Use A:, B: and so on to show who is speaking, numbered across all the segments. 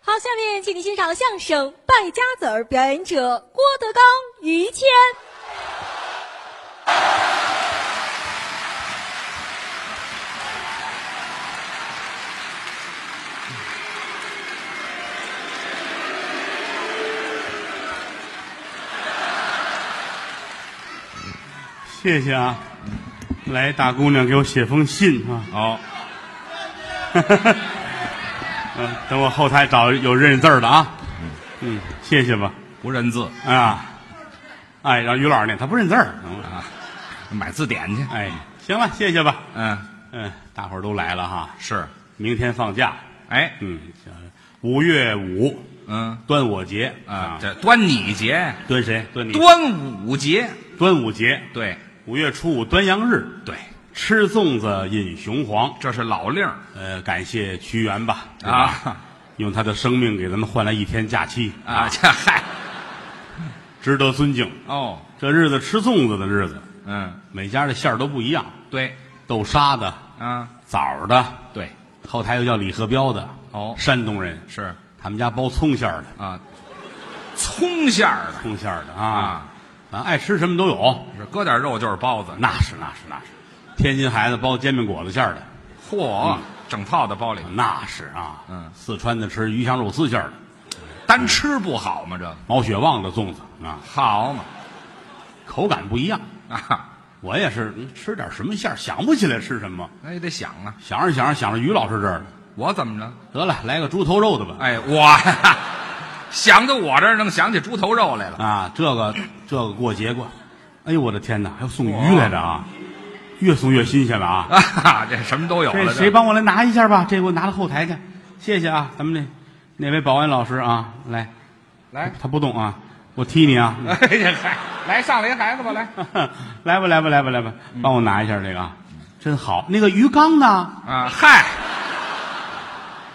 A: 好，下面请您欣赏相声《败家子儿》，表演者郭德纲、于谦。
B: 谢谢啊，来大姑娘给我写封信啊，
C: 哦，
B: 嗯，等我后台找有认字儿的啊，嗯，谢谢吧，
C: 不认字
B: 啊，哎，让于老师念，他不认字儿，嗯
C: 啊，买字典去。
B: 哎，行了，谢谢吧，
C: 嗯，
B: 嗯，大伙儿都来了哈，
C: 是。
B: 明天放假，
C: 哎，
B: 嗯，行五月五
C: 嗯
B: 端午节
C: 啊，这端你节，
B: 端谁？端你
C: 端午节，
B: 端午节，
C: 对
B: 五月初五端阳日，
C: 对，
B: 吃粽子饮雄黄，
C: 这是老令儿
B: 呃，感谢屈原吧，对吧
C: 啊
B: 用他的生命给咱们换来一天假期
C: 啊，，这嗨
B: 值得尊敬。
C: 哦，
B: 这日子吃粽子的日子，
C: 嗯，
B: 每家的馅儿都不一样，
C: 对
B: 豆沙的、
C: 啊，
B: 枣的，
C: 对
B: 后台又叫李鹤彪的，
C: 哦
B: 山东人，
C: 是
B: 他们家包葱馅儿的，
C: 啊，葱馅儿的
B: 葱馅儿的
C: 啊
B: 啊，啊，爱吃什么都有，
C: 是搁点肉就是包子，
B: 那是那是那是。天津孩子包煎饼果子馅儿的，
C: 嚯，整套的包里，
B: 那是啊，
C: 嗯
B: 四川的吃鱼香肉丝馅儿的，
C: 单吃不好吗？这
B: 毛血旺的粽子啊，
C: 好嘛
B: 口感不一样。
C: 啊，
B: 我也是嗯吃点什么馅儿，想不起来吃什么，
C: 那也得想啊，
B: 想着想着想着于老师这儿了，
C: 我怎么着？
B: 得了，来个猪头肉的吧。
C: 哎，我 呀，想到我这儿能想起猪头肉来了。
B: 啊，这个这个过节过，哎呦我的天哪，还有送鱼来的啊，越送越新鲜了啊！
C: 啊，这什么都有
B: 呃这
C: 了。
B: 谁帮我来拿一下吧？这给我拿到后台去，谢谢啊，咱们那那位保安老师啊，来，
C: 这来？
B: 他不动啊，我踢你啊！
C: 哎呀，嗨，来上来一孩子吧，来
B: 来吧来吧来吧来吧，
C: 嗯
B: 帮我拿一下这个，啊，真好。那个鱼缸呢？
C: 啊，嗨，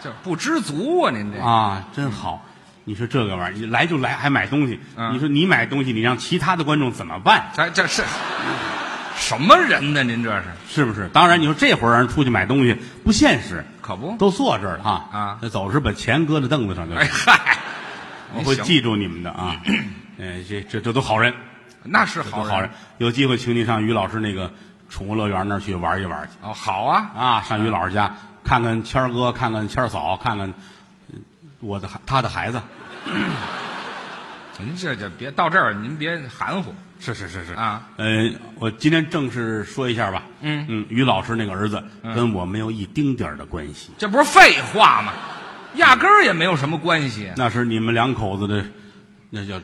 C: 这不知足啊，您这
B: 啊，真好。你说这个玩意儿，你来就来，还买东西。
C: 嗯
B: 你说你买东西，你让其他的观众怎么办？
C: 这这是什么人呢？您这是
B: 是不是？当然，你说这会儿让人出去买东西不现实。
C: 可不？
B: 都坐这儿了哈
C: 啊
B: 那走时把钱搁在凳子上就
C: 哎
B: 是，
C: 嗨，
B: 我
C: 您
B: 会
C: 行
B: 记住你们的啊。 嗯，这这这都好人，
C: 那是
B: 都
C: 好
B: 好人。有机会请你上于老师那个宠物乐园那儿去玩一玩去
C: 哦，好啊，
B: 啊，上于老师家看看谦儿哥，看看谦儿嫂，看看呃我的孩他的孩子。
C: 您这就别到这儿，您别含糊
B: 是是是是
C: 啊，
B: 呃，我今天正式说一下吧。
C: 嗯
B: 嗯，于老师那个儿子跟我没有一丁点儿的关系，
C: 这不是废话吗？压根儿也没有什么关系啊
B: 那是你们两口子的那叫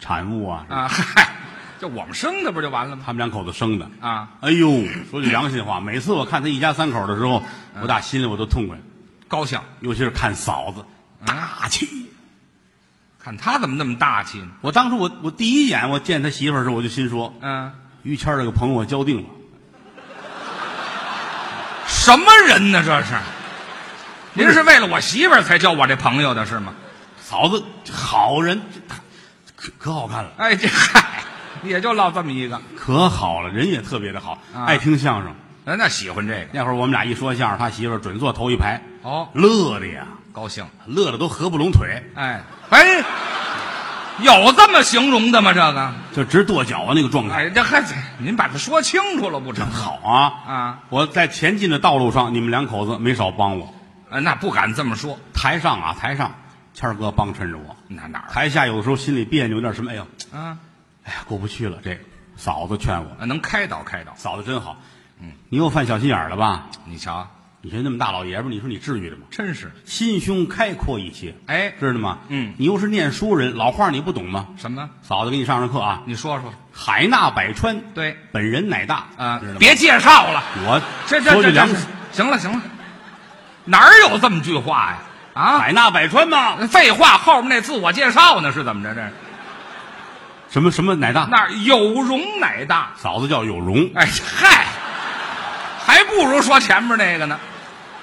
B: 产物啊，是
C: 啊，嗨，这我们生的不就完了吗？
B: 他们两口子生的
C: 啊，
B: 哎呦，说句良心话，每次我看他一家三口的时候，我打心里我都痛快，
C: 高兴，
B: 尤其是看嫂子，
C: 嗯
B: 大气。
C: 看他怎么那么大气呢？
B: 我当初我我第一眼我见他媳妇儿的时候，我就心说，
C: 嗯。
B: 于谦儿这个朋友我交定了。
C: 什么人呢？这是？您是为了我媳妇儿才交我这朋友的是吗？
B: 嫂子好人，可可好看了，
C: 哎，这嗨，也就落这么一个。
B: 可好了，人也特别的好，
C: 啊
B: 爱听相声。
C: 哎，那喜欢这个
B: 那会儿我们俩一说相声，他媳妇儿准坐头一排，
C: 哦，
B: 乐的呀，
C: 高兴。
B: 乐的都合不拢腿，
C: 哎哎，有这么形容的吗？这个？
B: 就直跺脚啊那个状态。
C: 哎，这还您把它说清楚了不成
B: 真？好啊！
C: 啊，
B: 我在前进的道路上，你们两口子没少帮我。
C: 哎那不敢这么说。
B: 台上啊，台上，谦儿哥帮衬着我。
C: 那哪儿
B: 台下有的时候心里别扭，有点什么，哎呦，
C: 啊？
B: 哎呀，过不去了。这个嫂子劝我，
C: 能开导开导。
B: 嫂子真好。嗯，你又犯小心眼儿了吧？
C: 你瞧，
B: 你说那么大老爷们儿，你说你至于的吗？
C: 真是
B: 心胸开阔一些，
C: 哎
B: 知道吗？
C: 嗯
B: 你又是念书人，老话你不懂吗？
C: 什么？
B: 嫂子给你上上课啊，
C: 你说说。
B: 海纳百川，
C: 对
B: 本人乃大
C: 啊
B: 知道，吗？
C: 别介绍了。
B: 我
C: 这
B: 说
C: 这
B: 句
C: 这
B: 良
C: 这
B: 心，，
C: 行了行了，哪儿有这么句话呀？啊，
B: 海纳百川嘛，
C: 废话，后面那自我介绍呢是怎么着？这是
B: 什么什么乃大？
C: 那儿有容乃大，
B: 嫂子叫有容，
C: 哎嗨，还不如说前面那个呢。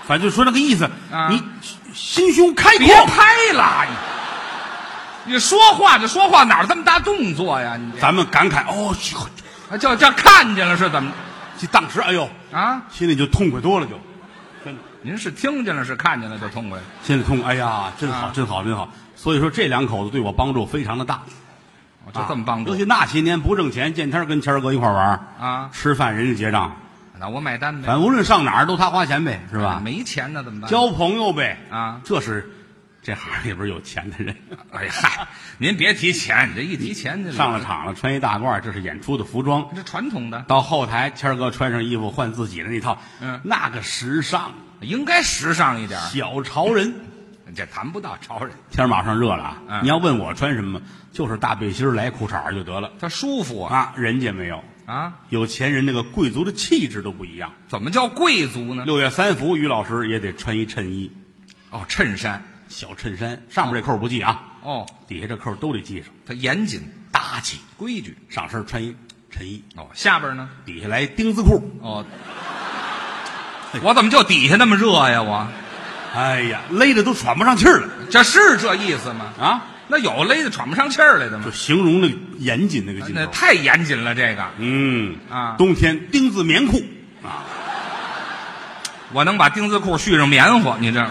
B: 反正就说那个意思，
C: 啊
B: 你心胸开阔
C: 别。拍了，你你说话这说话哪儿这么大动作呀？你
B: 咱们感慨哦，
C: 这啊就这看见了是怎么
B: 这当时哎呦，
C: 啊？
B: 心里就痛快多了就，真的
C: 您是听见了，是看见了就痛快。
B: 心里痛，哎呀，真好，
C: 啊
B: 真好，真好。所以说这两口子对我帮助非常的大，啊
C: 我哦就这么帮助
B: 尤其那些年不挣钱，见天儿跟谦儿哥一块儿玩儿，
C: 啊？
B: 吃饭人家结账，
C: 那我买单呗
B: 反。正无论上哪儿都他花钱呗，是吧？
C: 没钱呢怎么办？
B: 交朋友呗，
C: 啊
B: 这是这行里边有钱的人。
C: 哎呀，嗨，您别提钱，这一提钱就
B: 上了场了，穿一大褂儿，这是演出的服装。
C: 这传统的
B: 到后台，谦儿哥穿上衣服换自己的那套，
C: 嗯
B: 那个时尚，
C: 应该时尚一点儿，
B: 小潮 人。
C: 这谈不到潮人，
B: 天儿马上热了啊，
C: 嗯
B: 你要问我穿什么，就是大背心儿来裤衩儿就得了
C: 他舒服啊
B: 啊。人家没有，
C: 啊！
B: 有钱人那个贵族的气质都不一样。
C: 怎么叫贵族呢？
B: 六月三伏，于老师也得穿一衬衣，
C: 哦，衬衫
B: 小衬衫，上面这扣儿不系啊，
C: 哦，
B: 底下这扣儿都得系上，
C: 他严谨
B: 大气。
C: 规矩
B: 上身穿一衬衣，
C: 哦。下边呢？
B: 底下来丁字裤，
C: 哦，我怎么就底下那么热呀？我
B: 哎呀，勒的都喘不上气儿了
C: 这是这意思吗？
B: 啊！
C: 那有勒得喘不上气儿来的吗
B: 就？形容那个严谨那个劲
C: 那
B: 头。
C: 太严谨了，这个
B: 嗯
C: 啊
B: 冬天丁字棉裤啊，
C: 我能把丁字裤续上棉花，你这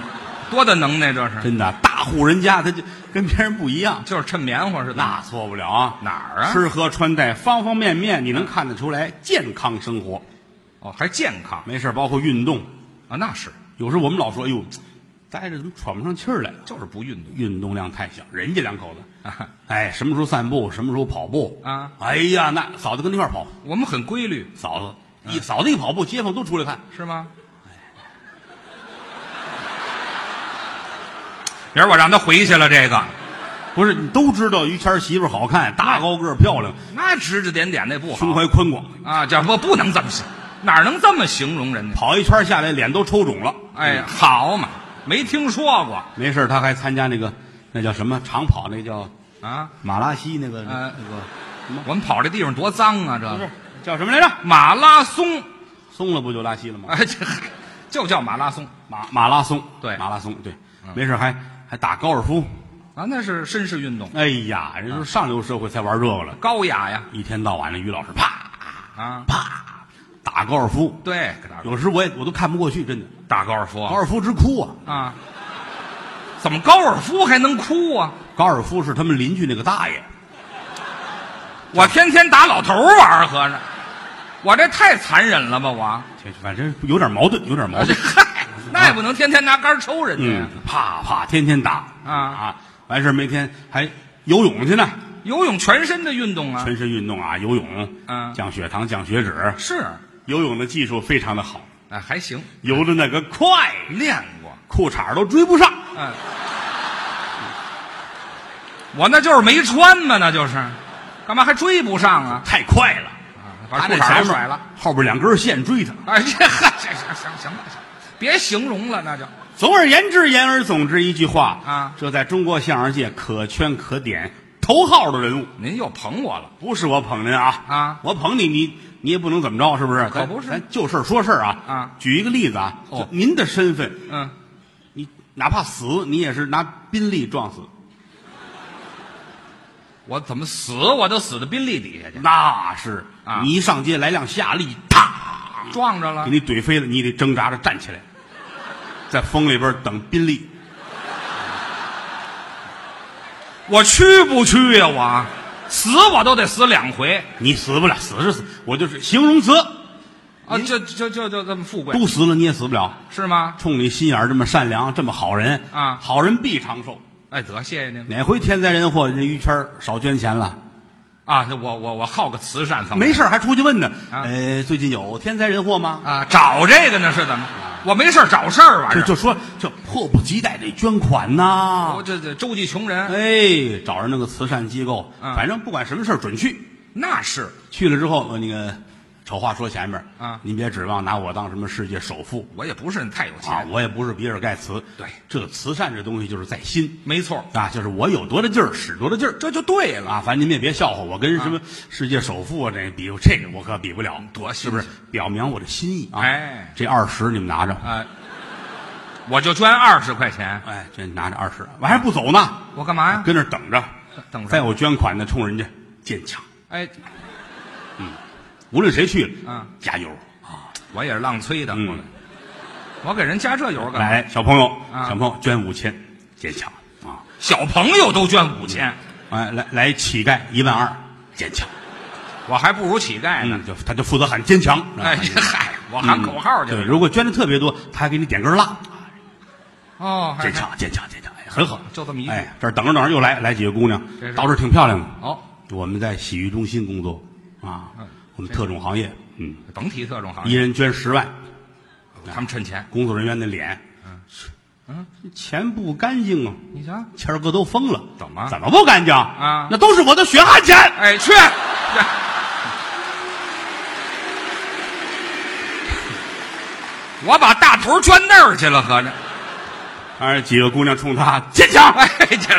C: 多大能耐？这是
B: 真的大户人家他就跟别人不一样，
C: 就是趁棉花似的。
B: 那错不了啊。
C: 哪儿啊
B: 吃喝穿戴方方面面，你能看得出来健康生活。
C: 哦，还健康
B: 没事儿，包括运动。
C: 啊，那是
B: 有时候我们老说，哎呦，待着怎么喘不上气儿来了？
C: 就是不运动
B: 运动量太小，人家两口子。
C: 啊。
B: 哎，什么时候散步，什么时候跑步
C: 啊？
B: 哎呀，那嫂子跟他一块儿跑，
C: 我们很规律
B: 嫂子一嫂子一跑步，街坊都出来看。
C: 是吗？明儿我让他回去了，这个
B: 不是，你都知道于谦儿媳妇儿好看，大高个儿漂亮，
C: 那指指点点那不
B: 胸
C: 好
B: 怀宽广，
C: 啊！这不不能这么形，哪能这么形容人家？
B: 跑一圈下来脸都抽肿了。嗯
C: 哎，好嘛，没听说过
B: 没事儿，他还参加那个那叫什么长跑，那叫
C: 啊！
B: 马拉西那个
C: 呃
B: 那个
C: 我们跑这地方多脏啊！
B: 不是
C: 这
B: 叫什么来着？
C: 马拉松，
B: 松了不就拉稀了吗？
C: 哎，这嗨就叫马拉松
B: 马马拉松
C: 对
B: 马拉松对，没事儿还还打高尔夫。
C: 啊，那是绅士运动，
B: 哎呀，人说上流社会才玩这个了，
C: 高雅呀
B: 一天到晚的于老师啪
C: 啊！
B: 啪打高尔夫，
C: 对，打
B: 有时我也我都看不过去，真的。
C: 打高尔夫
B: 高尔夫之哭啊！
C: 啊？怎么高尔夫还能哭啊？
B: 高尔夫是他们邻居那个大爷，
C: 我天天打老头玩儿，合着我这太残忍了吧？我
B: 这反正有点矛盾，有点矛
C: 我这
B: 盾。
C: 嗨，那也不能天天拿杆儿抽人家呀
B: 哎嗯。，啪啪，天天打
C: 啊
B: 啊！完事儿每天还游泳去呢，
C: 游泳全身的运动啊，
B: 全身运动啊，游泳，
C: 嗯
B: 降血糖、降血脂，
C: 是
B: 游泳的技术非常的好，
C: 哎还行，
B: 游的那个快，
C: 练过。
B: 裤衩都追不上。
C: 嗯，我那就是没穿嘛，那就是，干嘛还追不上啊？
B: 太快了，
C: 把
B: 他
C: 裤衩
B: 在
C: 都
B: 前
C: 甩
B: 面
C: 了。，
B: 后边两根线追他。
C: 哎，这嗨，这行行行了，行了别形容了，那就
B: 总而言之，言而总之一句话
C: 啊
B: 这在中国相声界可圈可点、头号的人物。
C: 您又捧我了。
B: 不是我捧您啊
C: 啊
B: 我捧你，你你也不能怎么着，是不是？
C: 可不是
B: 咱咱就事儿说事儿啊
C: 啊
B: 举一个例子啊，
C: 哦
B: 就您的身份，
C: 嗯，
B: 你哪怕死，你也是拿宾利撞死，
C: 我怎么死我都死到宾利底下去，
B: 那是
C: 啊
B: 你一上街来辆夏利，啪，
C: 撞着了
B: 给。你怼飞了，你得挣扎着站起来，在风里边等宾利。
C: 我去不去呀、我死我都得死两回
B: 你死不了，死是死，我就是形容词，
C: 啊！就就就就这么富贵
B: 都死了你也死不了。
C: 是吗？
B: 冲你心眼儿这么善良，这么好人
C: 啊
B: 好人必长寿。
C: 哎，得谢谢您
B: 哪回天灾人祸，人家于谦儿少捐钱了。
C: 啊！那我我我好个慈善方面
B: 没事儿还出去问呢。
C: 啊
B: 呃，最近有天灾人祸吗？
C: 啊，找这个呢是怎么？我没事儿找事儿玩意
B: 啊这
C: 儿。
B: 就说这迫不及待得捐款呐
C: 我。这这周济穷人，
B: 哎，找着那个慈善机构，
C: 嗯
B: 反正不管什么事儿准去。
C: 那是
B: 去了之后，呃那个丑话说前面
C: 啊
B: 您别指望拿我当什么世界首富
C: 我也不是太有
B: 啊
C: 钱，，
B: 我也不是比尔盖茨。
C: 对
B: 这个慈善这东西就是在心
C: 没错，
B: 啊，就是我有多大劲儿使多大劲儿。
C: 这就对了。啊
B: 啊，反正您也别笑话我，跟什么世界首富啊，这比这个我可比不了，
C: 嗯多
B: 是不是
C: 新鲜？
B: 表明我的心意啊！
C: 哎
B: 这二十你们拿着，
C: 啊，我就捐二十块钱，
B: 哎，这拿着二十，我还不走呢，
C: 我干嘛呀？
B: 跟那儿等着，
C: 啊等
B: 再
C: 着，
B: 有捐款的冲人家坚强，
C: 哎，
B: 无论谁去了，
C: 嗯，
B: 加油，
C: 我也是浪催的，
B: 嗯，
C: 我给人加这油干嘛？
B: 来，小朋友，
C: 啊
B: 小朋友捐五千，坚强啊！
C: 小朋友都捐五千，
B: 哎，来来，乞丐一万二，坚强。
C: 我还不如乞丐呢。
B: 嗯，就他就负责喊坚强。嗯
C: 哎呀嗨，我喊口号去
B: 对，
C: 了。
B: 如果捐的特别多，他还给你点根蜡，
C: 哦，还
B: 坚强，坚强，坚强，哎，很好。
C: 就这么一句
B: 哎，这儿等着等着又来来几个姑娘
C: 这，是
B: 倒是挺漂亮的。
C: 哦，
B: 我们在洗浴中心工作啊
C: 嗯，
B: 我们特种行业，嗯，
C: 甭提特种行
B: 一
C: 业，
B: 人捐十万，
C: 他们趁钱。
B: 工作人员的脸，
C: 嗯，
B: 钱不干净啊，
C: 你瞧，
B: 谦儿哥都疯了，
C: 怎么
B: 怎么不干净
C: 啊
B: 那都是我的血汗钱。
C: 哎，去， 我把大头捐那儿去了，合着。
B: 哎，几个姑娘冲他坚强，
C: 哎，这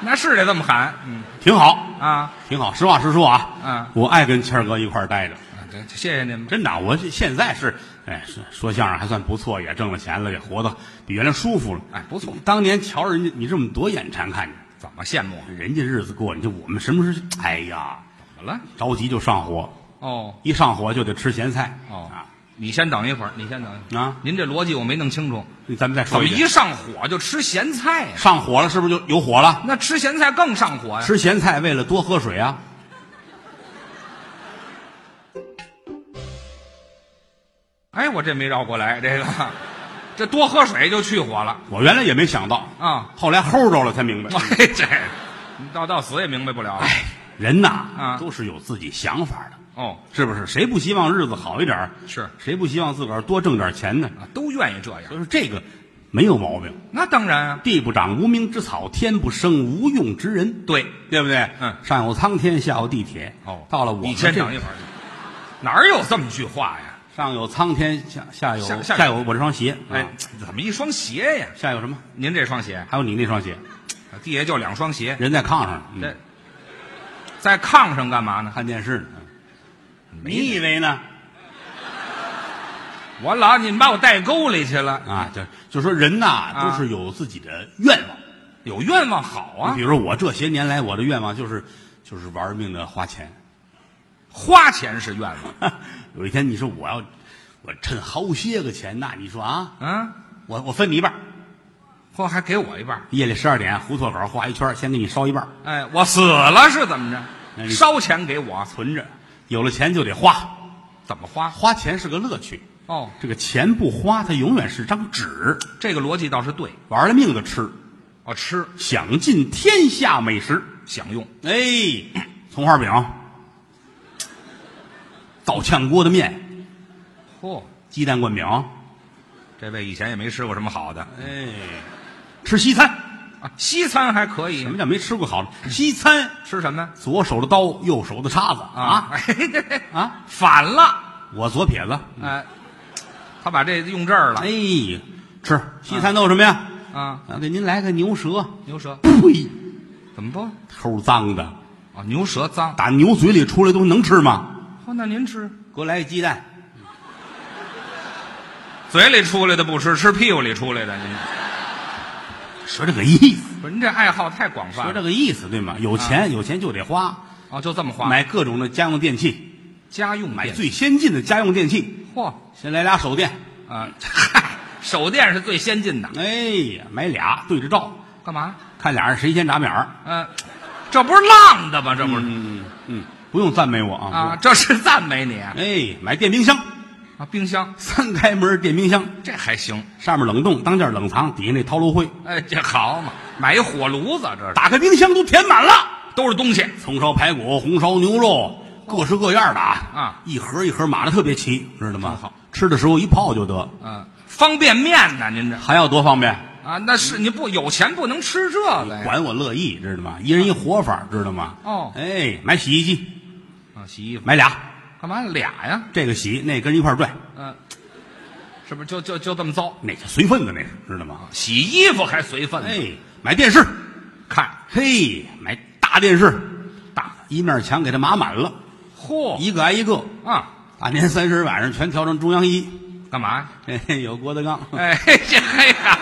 C: 那是得这么喊，嗯
B: 挺好，
C: 啊，
B: 挺好。实话实说啊，
C: 嗯
B: 我爱跟谦儿哥一块儿待着，
C: 这这谢谢您吧。
B: 真的。啊我这现在是，哎，说说相声还算不错，也挣了钱了，也活得比原来舒服了。
C: 哎，不错，
B: 当年瞧着人家你这么多眼馋看着，
C: 怎么羡慕？啊
B: 人家日子过，你就我们什么时候？哎呀，
C: 怎么了？
B: 着急就上火，
C: 哦
B: 一上火就得吃咸菜。
C: 哦
B: 啊，，
C: 你先等一会儿，你先等一会儿
B: 啊
C: 您这逻辑我没弄清楚，
B: 咱们再
C: 怎
B: 说
C: 么
B: 一遍
C: 一上火就吃咸菜呀？
B: 上火了，是不是就有火了？
C: 那吃咸菜更上火呀？
B: 吃咸菜为了多喝水啊。
C: 哎，我这没绕过来，这个这多喝水就去火了。
B: 我原来也没想到
C: 啊，
B: 后来齁着了才明白。
C: 哎，这你到到死也明白不了。
B: 嗯哎，人呐，
C: 啊
B: 都是有自己想法的，
C: 哦，
B: 是不是？谁不希望日子好一点儿？
C: 是
B: 谁不希望自个儿多挣点钱呢？
C: 啊都愿意这样
B: 所。以说这个没有毛病。
C: 那当然啊，
B: 地不长无名之草，天不生无用之人，
C: 对。
B: 对不对？
C: 嗯
B: 上有苍天，下有地铁。
C: 哦，
B: 到了我
C: 你
B: 们
C: 先
B: 这
C: 等一会儿，哪儿有这么句话呀？
B: 上有苍天，下下有
C: 下下
B: 下
C: 有
B: 有我这双鞋，
C: 哎
B: 啊，
C: 怎么一双鞋呀？
B: 下有什么？
C: 您这双鞋，
B: 还有你那双鞋，
C: 地下就两双鞋，
B: 人在炕上，嗯
C: 这在炕上干嘛呢？
B: 看电视呢。
C: 没
B: 你以为呢？
C: 我老你们把我带沟里去了，
B: 啊，就就说人呐，
C: 啊
B: 都是有自己的愿望。
C: 有愿望好
B: 你
C: 啊
B: 比，如说我这些年来，我的愿望就是就是玩命的花钱。
C: 花钱是愿望，
B: 有一天你说我要我趁好些个钱，那你说啊，
C: 嗯，
B: 我我分你一半儿，
C: 或还给我一半儿，
B: 夜里十二点胡同口画一圈儿，先给你烧一半儿，
C: 哎，我死了是怎么
B: 那
C: 着？
B: 哎你
C: 烧钱给我，
B: 存着。有了钱就得花，
C: 怎么花？
B: 花钱是个乐趣。
C: 哦，
B: 这个钱不花，它永远是张纸，
C: 这个逻辑倒是对。
B: 玩了命的吃，
C: 哦，吃
B: 享尽天下美食。
C: 享用，
B: 哎，葱花饼、 造炝锅的面、
C: 嚯、
B: 鸡蛋灌饼，
C: 这位以前也没吃过什么好的
B: 哎，吃西餐。
C: 啊，西餐还可以
B: 什，么叫没吃过好的西餐？
C: 吃什么呀？
B: 左手的刀，右手的叉子啊
C: 哎嘿嘿
B: 啊！
C: 反了，
B: 我左撇子，
C: 哎，他把这用这儿了
B: 嗯哎，吃西餐都有什么呀？
C: 啊，
B: 啊，给您来个牛舌，
C: 牛舌
B: 呸，
C: 怎么不？
B: 齁脏的，
C: 哦，牛舌脏，
B: 打牛嘴里出来东西能吃吗？
C: 哦，那您吃
B: 给我来个鸡蛋，
C: 嘴里出来的不吃，吃屁股里出来的，您
B: 说这个意思，
C: 不是您这爱好太广
B: 说
C: 泛了
B: 这个意思对吗？有钱有钱就得啊花，哎
C: 哦，就这么花，
B: 买各种的家用电器，
C: 家用买
B: 买最先进的家用电器，
C: 嚯
B: 先来俩手电，
C: 啊， 嗨，手电是最先进的，
B: 哎呀，买俩对着照，
C: 干嘛？
B: 看俩人谁先眨眼儿，
C: 嗯、这不是浪的吗？这不是、
B: 嗯嗯，不用赞美我啊
C: 啊，这是赞美你啊，
B: 哎，买电冰箱，
C: 冰箱
B: 三开门电冰箱，
C: 这还行，
B: 上面冷冻，当间冷藏，底下那陶炉灰，
C: 哎，这好嘛，买一火炉子，这是
B: 打开冰箱都填满了，
C: 都是东西，
B: 葱烧排骨、红烧牛肉，各式各样的啊
C: 啊
B: 一盒一盒码的特别齐，知道吗？
C: 好，
B: 吃的时候一泡就得，
C: 嗯、方便面呢，您这。
B: 还要多方便，
C: 啊，那是你不有钱不能吃这个呀？
B: 管我乐意，知道吗？一人一活法，知道吗？
C: 哎哦
B: 哎，买洗衣机，
C: 啊，洗衣服
B: 买俩，
C: 干嘛俩呀？
B: 这个洗，那跟人一块儿拽，
C: 嗯、是不是就就就这么糟？
B: 那叫随份子，那是知道吗？
C: 洗衣服还随份子、
B: 哎，买电视，
C: 看，
B: 嘿，买大电视，大一面墙给它码满了。
C: 嚯
B: 一个挨一个。
C: 啊，
B: 大年三十晚上全调成中央一，
C: 干嘛呀？
B: 嘿嘿，有郭德纲。
C: 哎， 这嘿呀，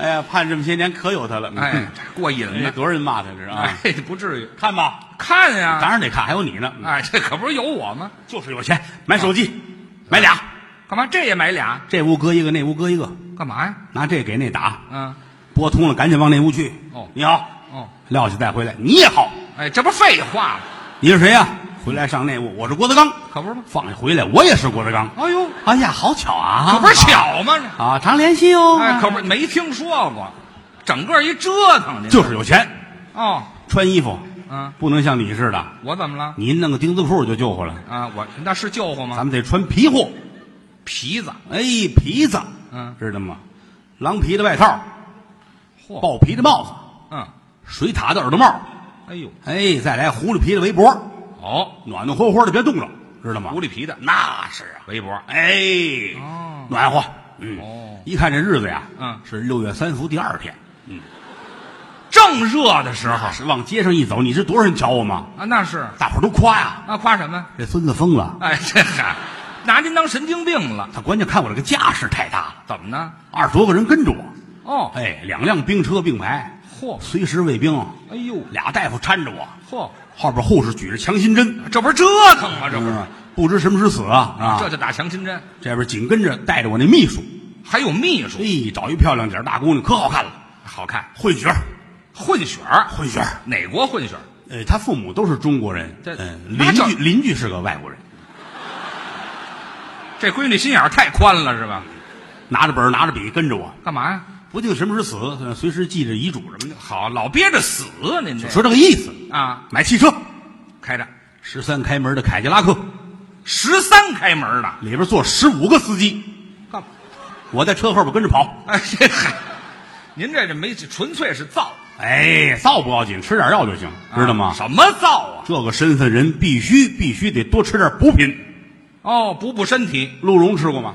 B: 哎呀，盼这么些年可有他了。
C: 哎，这过瘾
B: 哎，
C: 了，
B: 多少人骂他这是啊？
C: 哎，不至于，
B: 看吧，
C: 看呀、哎
B: 当然得看，还有你呢。啊
C: 哎，这可不是有我吗？
B: 就是有钱，买手机，买俩，
C: 干嘛这也买俩？
B: 这屋搁一个，那屋搁一个，
C: 干嘛呀？
B: 拿这给那打，
C: 嗯，
B: 拨通了赶紧往那屋去。
C: 哦
B: 你好，
C: 哦，
B: 撂下再回来，你也好，
C: 哎，这不废话吗？
B: 你是谁呀、回来上那屋，我是郭德纲。
C: 可不是吗？
B: 放下回来，我也是郭德纲。
C: 哎呦，
B: 哎呀，好巧啊！
C: 可不是巧吗？这
B: 啊，常联系哦。
C: 哎，可不是没听说过，整个一折腾您
B: 就是有钱，
C: 哦，
B: 穿衣服
C: 嗯，
B: 不能像你似的，
C: 我怎么了？
B: 你弄个丁字裤就救活了。
C: 啊，我那是救活
B: 咱
C: 吗？
B: 们得穿皮货，
C: 皮子，
B: 哎，皮子，
C: 嗯
B: 知道吗？狼皮的外套，
C: 嚯，
B: 豹皮的帽子，
C: 嗯，
B: 水獭的耳朵帽，
C: 哎呦，
B: 哎，再来狐狸皮的围脖，
C: 哦，
B: 暖暖和和的，别冻着，知道吗？
C: 狐狸皮的
B: 那是啊，
C: 围脖，
B: 哎，
C: 哦
B: 暖和，嗯，
C: 哦
B: 一看这日子呀，
C: 嗯
B: 是六月三伏第二天，
C: 正热的时候
B: 嗯是往街上一走，你知多少人瞧我吗？
C: 啊，那是
B: 大伙儿都夸呀，
C: 啊，夸什么？
B: 这孙子疯了。
C: 哎， 这嗨，拿您当神经病了？
B: 他关键看我这个架势太大了，
C: 怎么呢？
B: 二十多个人跟着我，
C: 哦，
B: 哎，两辆兵车并排，
C: 嚯，
B: 随时卫兵，
C: 哎呦，
B: 俩大夫搀着我，
C: 嚯，
B: 后边护士举着强心针，
C: 这不是折腾吗？这不是，
B: 嗯不知什么时死啊啊！
C: 这就打强心针，
B: 这边紧跟着带着我那秘书，
C: 还有秘书，
B: 哎，找一漂亮点儿大姑娘，可好看了，
C: 好看，
B: 混血儿，
C: 混血儿，
B: 混血儿。
C: 哪国混血儿？
B: 呃，他父母都是中国人，
C: 这
B: 嗯，
C: 那
B: 邻
C: 叫
B: 居邻居是个外国人，
C: 这闺女心眼儿太宽了是吧？
B: 拿着本儿拿着笔跟着我，
C: 干嘛呀？
B: 不定什么时死，呃随时记着遗嘱什么的，
C: 好，老憋着死啊，您这
B: 就说这个意思。
C: 啊，
B: 买汽车，
C: 开着
B: 十三开门的凯迪拉克，
C: 十三开门的，
B: 里边坐十五个司机，
C: 干嘛？
B: 我在车后边跟着跑。
C: 哎，这嗨，您这这没纯粹是造，
B: 哎，造不要紧，吃点药就行，知道吗？
C: 什么造啊？
B: 这个身份人必须必须得多吃点补品。
C: 哦，补补身体
B: 鹿茸吃过吗？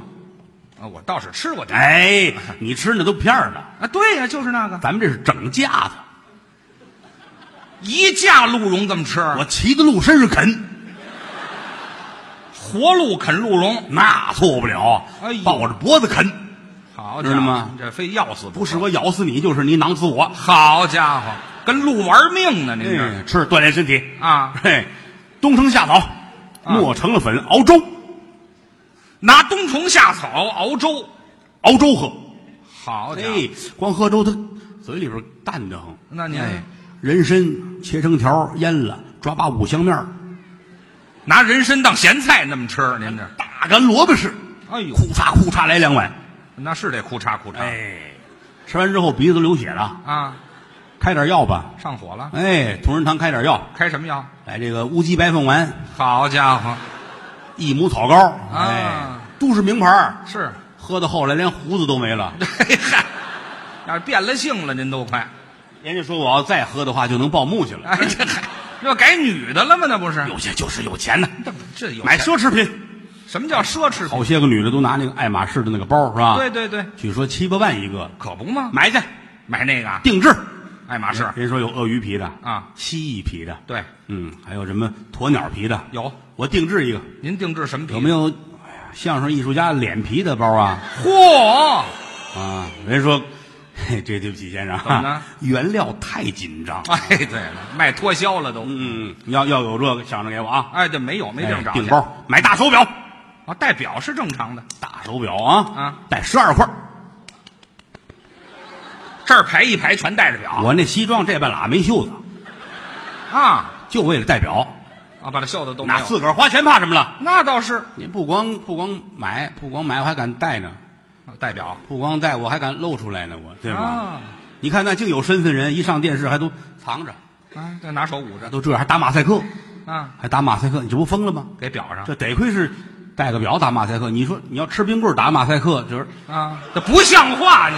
C: 啊，我倒是吃过点
B: 哎，你吃那都片儿的，
C: 啊，对呀、就是那个
B: 咱们这是整架子。
C: 一架鹿茸这么吃，
B: 我骑在鹿身上啃，
C: 活鹿啃鹿茸，
B: 那错不了啊
C: 哎呦，
B: 抱着脖子啃。
C: 好
B: 知
C: 家
B: 道
C: 伙
B: 吗，
C: 这非要死
B: 不
C: 不
B: 是我咬死你，就是你囊死我。
C: 好家伙，跟鹿玩命呢，您这儿、
B: 嗯，吃锻炼身体哎
C: 啊，
B: 嘿，冬虫夏草，磨成了粉熬粥，
C: 拿冬虫夏草熬粥，
B: 熬粥喝。
C: 好家伙，
B: 哎，光喝粥它嘴里边淡得很。
C: 那您
B: 哎，人参切成条腌了，抓把五香面儿
C: 拿人参当咸菜那么吃，您这儿，
B: 大干萝卜式，
C: 哎呦，
B: 库嚓库嚓来两碗。
C: 那是得哭嚓哭嚓、
B: 哎，吃完之后鼻子都流血了，
C: 啊，
B: 开点药吧。
C: 上火了，
B: 哎，同仁堂开点药，
C: 开什么药？
B: 哎，这个乌鸡白凤丸、
C: 好家伙，
B: 益母草膏，
C: 啊
B: 哎，都是名牌儿
C: 是，
B: 喝到后来连胡子都没了。
C: 嘿嗨，要是变了性了，您都快，
B: 人家说我要再喝的话就能报幕去了。
C: 哎这嗨，这改女的了吗？那不是，
B: 有钱就是有钱呐，
C: 这这有
B: 买
C: 钱
B: 奢侈品。
C: 什么叫奢侈品？
B: 好些个女的都拿那个爱马仕的那个包是吧？
C: 对，对对，
B: 据说七八万一个，
C: 可不吗？
B: 买去
C: 买那个啊
B: 定制。
C: 爱马仕
B: 人说有鳄鱼皮的
C: 啊，
B: 蜥蜴皮的，
C: 对，
B: 嗯，还有什么鸵鸟皮的，
C: 有。
B: 我定制一个。
C: 您定制什么皮？
B: 有没有哎呀相声艺术家脸皮的包啊？
C: 嚯，
B: 啊，人说，嘿，这对不起先生，
C: 怎么了
B: 原料太紧张。
C: 哎，对了，卖脱销了都。
B: 嗯，要要有这个，想着给我啊。
C: 哎，对，没有，没地
B: 哎
C: 方找去。
B: 订包，买大手表，
C: 啊，戴表是正常的，
B: 大手表啊
C: 啊，
B: 带十二块儿。
C: 这儿排一排全戴着表
B: 啊我那西装这半拉没袖子，
C: 啊
B: 就为了戴表，
C: 啊，把这袖子都没
B: 那
C: 有。
B: 自个儿花钱怕什么了？
C: 那倒是
B: 你不光不光买，不光买，我还敢戴呢。
C: 啊戴表
B: 不光戴，我还敢露出来呢，我对吗？
C: 啊，
B: 你看那净有身份人，一上电视还都藏着，
C: 啊，再拿手捂着
B: 都这样还打马赛克，
C: 啊，
B: 还打马赛克，你这不疯了吗？
C: 给表上
B: 啊这得亏是戴个表打马赛克。你说你要吃冰棍儿打马赛克，就是
C: 啊，这不像话，您。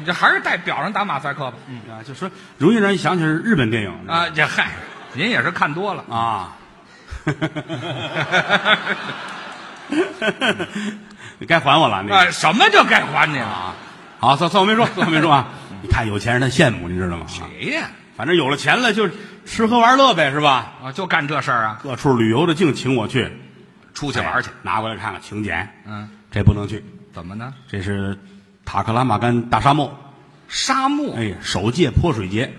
C: 你这还是戴表上打马赛克吧？嗯
B: 啊，就说容易让人想起日本电影
C: 啊，这嗨，您也是看多了。
B: 啊。 你该还我了，那个
C: 啊，什么叫该还你了？
B: 啊，好，算算我没说，算我没说啊。
C: 嗯
B: 你看有钱人他羡慕，你知道吗？啊
C: 谁呀？
B: 反正有了钱了就吃喝玩乐呗，是吧？
C: 啊，就干这事儿啊，
B: 各处旅游的净请我去，
C: 出
B: 出
C: 去玩儿去。
B: 拿过来看看请柬，
C: 嗯，
B: 这不能去，
C: 怎么呢？
B: 这是塔克拉玛干大沙漠，
C: 沙漠，
B: 哎，首届泼水节，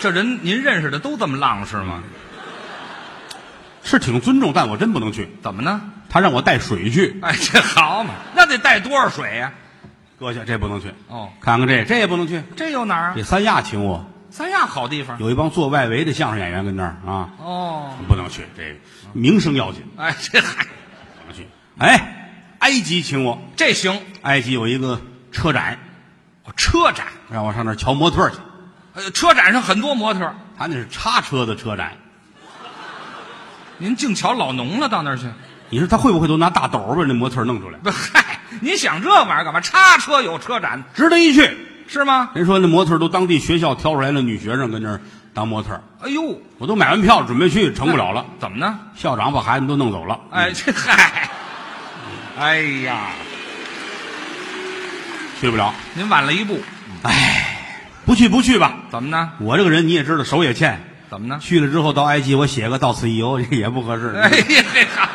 C: 这人您认识的都这么浪是吗？
B: 是挺尊重，但我真不能去。
C: 嗯怎么呢？
B: 他让我带水去，
C: 哎，这好嘛，那得带多少水呀、
B: 搁下这不能去。
C: 哦，
B: 看看这个，这也不能去。
C: 这有哪儿啊
B: 这？三亚请我，
C: 三亚好地方。
B: 有一帮做外围的相声演员跟那儿啊，
C: 哦，
B: 不能去，这名声要紧，
C: 哎，这还
B: 不能去。哎，埃及请我，
C: 这行，
B: 埃及有一个车展，
C: 哦车展，
B: 让我上那儿瞧模特去。
C: 呃，车展上很多模特儿，
B: 他那是叉车的车展，
C: 您净瞧老农了，到那儿去？
B: 你说他会不会都拿大斗儿把那模特弄出来？
C: 不，嗨，您想这玩意儿干嘛？叉车有车展
B: 值得一去。
C: 是吗？
B: 人说那模特都当地学校挑出来的女学生跟那儿当模特，
C: 哎呦，
B: 我都买完票准备去，成不了了。
C: 怎么呢？
B: 校长把孩子们都弄走了，
C: 哎，这嗨，哎呀，
B: 去不了。
C: 您晚了一步，
B: 不去不去吧，
C: 怎么呢？
B: 我这个人你也知道，手也欠。
C: 怎么呢？
B: 去了之后到埃及，我写个到此一游 这也不合适，
C: 哎呀，这好，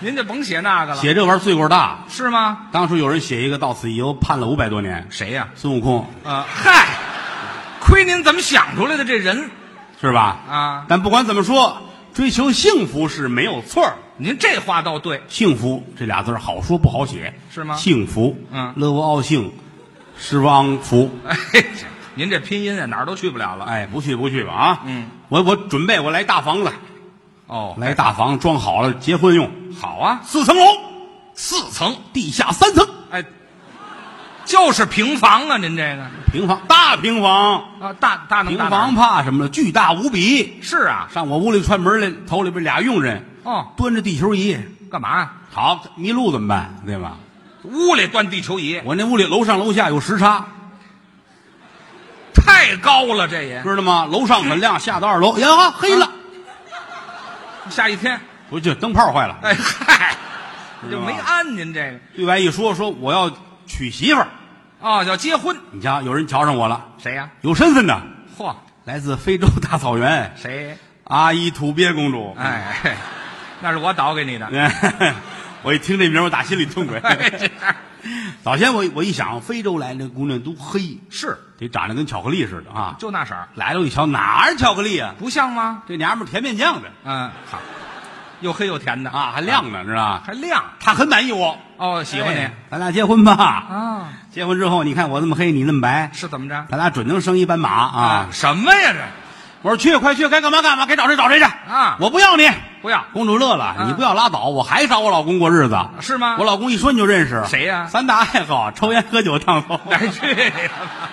C: 您就甭写那个了，
B: 写这玩意儿罪过大。
C: 是吗？
B: 当初有人写一个到此一游，判了五百多年。
C: 谁呀、
B: 孙悟空
C: 啊，嗨，亏您怎么想出来的这人
B: 是吧？
C: 啊？
B: 但不管怎么说，追求幸福是没有错儿。
C: 您这话倒对，
B: 幸福这俩字儿好说不好写，
C: 是吗
B: 幸福，
C: 嗯
B: 乐无傲幸，失汪福。
C: 哎，这您这拼音啊哪儿都去不了了。哎，
B: 哎，不去不去吧啊！
C: 嗯，
B: 我我准备我来大房子，
C: 哦，
B: 来大房子装好了结婚用，
C: 好啊，
B: 四层楼，
C: 四层，
B: 地下三层，
C: 哎，就是平房啊，您这个
B: 平房大平房，
C: 啊，大大能
B: 平
C: 大哪儿
B: 房怕什么了？巨大无比。
C: 是啊，
B: 上我屋里串门来，头里边俩佣人，
C: 哦，
B: 端着地球仪，
C: 干嘛呀？
B: 好迷路怎么办？对吧？
C: 屋里端地球仪
B: 我那屋里楼上楼下有时差，
C: 太高了，这也
B: 知道吗？楼上很亮，下到二楼，呀，黑了，
C: 吓一天。
B: 不就灯泡坏了。
C: 哎嗨，
B: 是
C: 就
B: 吧
C: 没安您这个
B: 对外一说，说我要娶媳妇儿，
C: 哦，要结婚
B: 你瞧，有人瞧上我了，
C: 谁呀、
B: 有身份的，
C: 嚯，
B: 来自非洲大草原，
C: 谁？
B: 阿依土鳖公主。
C: 哎，嘿那是我倒给你 的。
B: 哎， 我一听这名儿，我打心里痛快。
C: 哎，这样
B: 早先我我一想，非洲来的姑娘都黑，
C: 是
B: 得长得跟巧克力似的啊。
C: 就那色儿，
B: 来了，我一瞧，哪儿巧克力啊？
C: 不像吗？
B: 这娘们儿甜面酱的
C: 嗯，好，又黑又甜的
B: 啊，还亮呢，知道吧？
C: 还亮
B: 她很满意我，
C: 哦，喜欢你、
B: 哎咱俩结婚吧。
C: 啊？
B: 结婚之后，你看我那么黑，你那么白，
C: 是怎么着
B: 咱俩准能生一斑马啊！
C: 什么呀这？
B: 我说去，快去，该干嘛干嘛，该找谁找谁去
C: 啊嗯
B: 我不要你。
C: 不要
B: 公主乐了，你不要拉倒，我还找我老公过日子，
C: 是吗
B: 我老公一说你就认识，
C: 嗯谁呀
B: 三大爱好：抽烟、喝酒、烫头。
C: 来去你的吧！